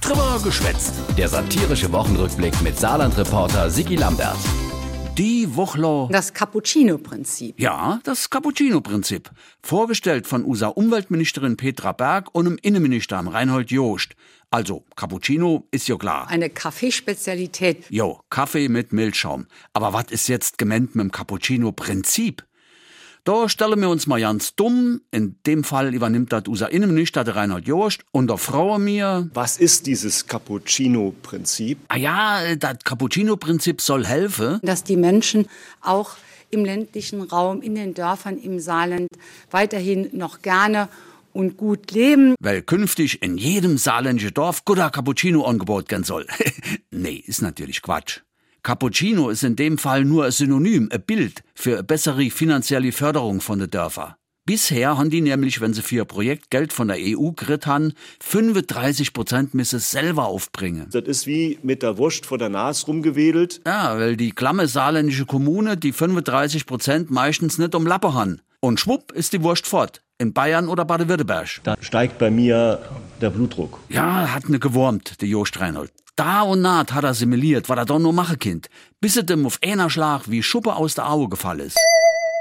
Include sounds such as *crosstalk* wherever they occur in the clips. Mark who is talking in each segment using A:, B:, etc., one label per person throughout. A: Drüber geschwätzt. Der satirische Wochenrückblick mit Saarland-Reporter Sigi Lambert.
B: Die Wuchler.
C: Das Cappuccino-Prinzip.
B: Ja, das Cappuccino-Prinzip. Vorgestellt von USA-Umweltministerin Petra Berg und dem Innenminister Reinhold Jost. Also, Cappuccino ist ja klar.
C: Eine Kaffeespezialität.
B: Jo, Kaffee mit Milchschaum. Aber was ist jetzt gemeint mit dem Cappuccino-Prinzip? Da stellen wir uns mal ganz dumm. In dem Fall übernimmt das unser Innenminister der Reinhold Jost und der Frau mir.
D: Was ist dieses Cappuccino-Prinzip?
B: Ah ja, das Cappuccino-Prinzip soll helfen.
C: Dass die Menschen auch im ländlichen Raum, in den Dörfern, im Saarland weiterhin noch gerne und gut leben.
B: Weil künftig in jedem saarländischen Dorf guter Cappuccino angebaut werden soll. *laughs* nee, ist natürlich Quatsch. Cappuccino ist in dem Fall nur ein Synonym, ein Bild für eine bessere finanzielle Förderung von den Dörfern. Bisher haben die nämlich, wenn sie für ihr Projekt Geld von der EU gekriegt haben, 35 Prozent müssen sie selber aufbringen.
D: Das ist wie mit der Wurst vor der Nase rumgewedelt.
B: Ja, weil die klamme saarländische Kommune die 35 Prozent meistens nicht umlappen haben. Und schwupp ist die Wurst fort. In Bayern oder Baden-Württemberg.
D: Da steigt bei mir der Blutdruck.
B: Ja, hat ne gewurmt, der Jost Reinhold. Da und naht hat er simuliert, was er doch nur mache Kind. Bis er dem auf einer Schlag wie Schuppe aus der Aue gefallen ist.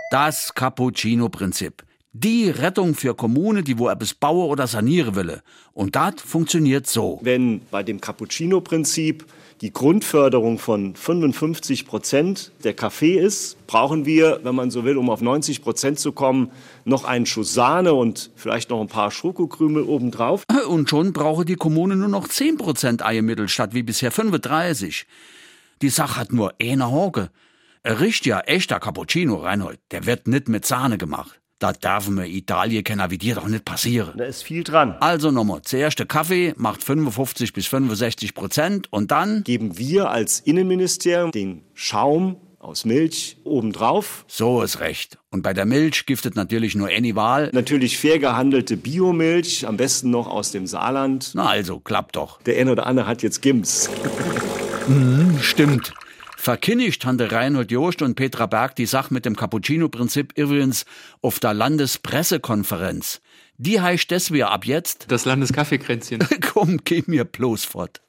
B: Das Cappuccino-Prinzip. Die Rettung für Kommune, die wo etwas baue oder sanieren will. Und das funktioniert so. *laughs*
D: Wenn bei dem Cappuccino-Prinzip die Grundförderung von 55 Prozent der Kaffee ist, brauchen wir, wenn man so will, um auf 90 Prozent zu kommen, noch einen Schuss Sahne und vielleicht noch ein paar Schokokrümel obendrauf.
B: Und schon brauche die Kommune nur noch 10 Prozent Eiermittel statt wie bisher 35. Die Sache hat nur eine Hauke. Ein richtiger, echter Cappuccino, Reinhold, der wird nicht mit Sahne gemacht. Da dürfen wir Italien kennen, wie dir doch nicht passieren.
D: Da ist viel dran.
B: Also nochmal, zuerst der Kaffee macht 55 bis 65 Prozent und dann
D: Geben wir als Innenministerium den Schaum aus Milch obendrauf.
B: so ist recht. Und bei der Milch giftet natürlich nur any Wahl.
D: Natürlich fair gehandelte Biomilch, am besten noch aus dem Saarland.
B: Na also, klappt doch.
D: Der eine oder andere hat jetzt Gims.
B: Stimmt. Verkinnigt haben der Reinhold Jost und Petra Berg die Sache mit dem Cappuccino-Prinzip übrigens auf der Landespressekonferenz. Die heißt deswegen ab jetzt, *laughs*
E: Das Landeskaffeekränzchen.
B: komm, geh mir bloß fort.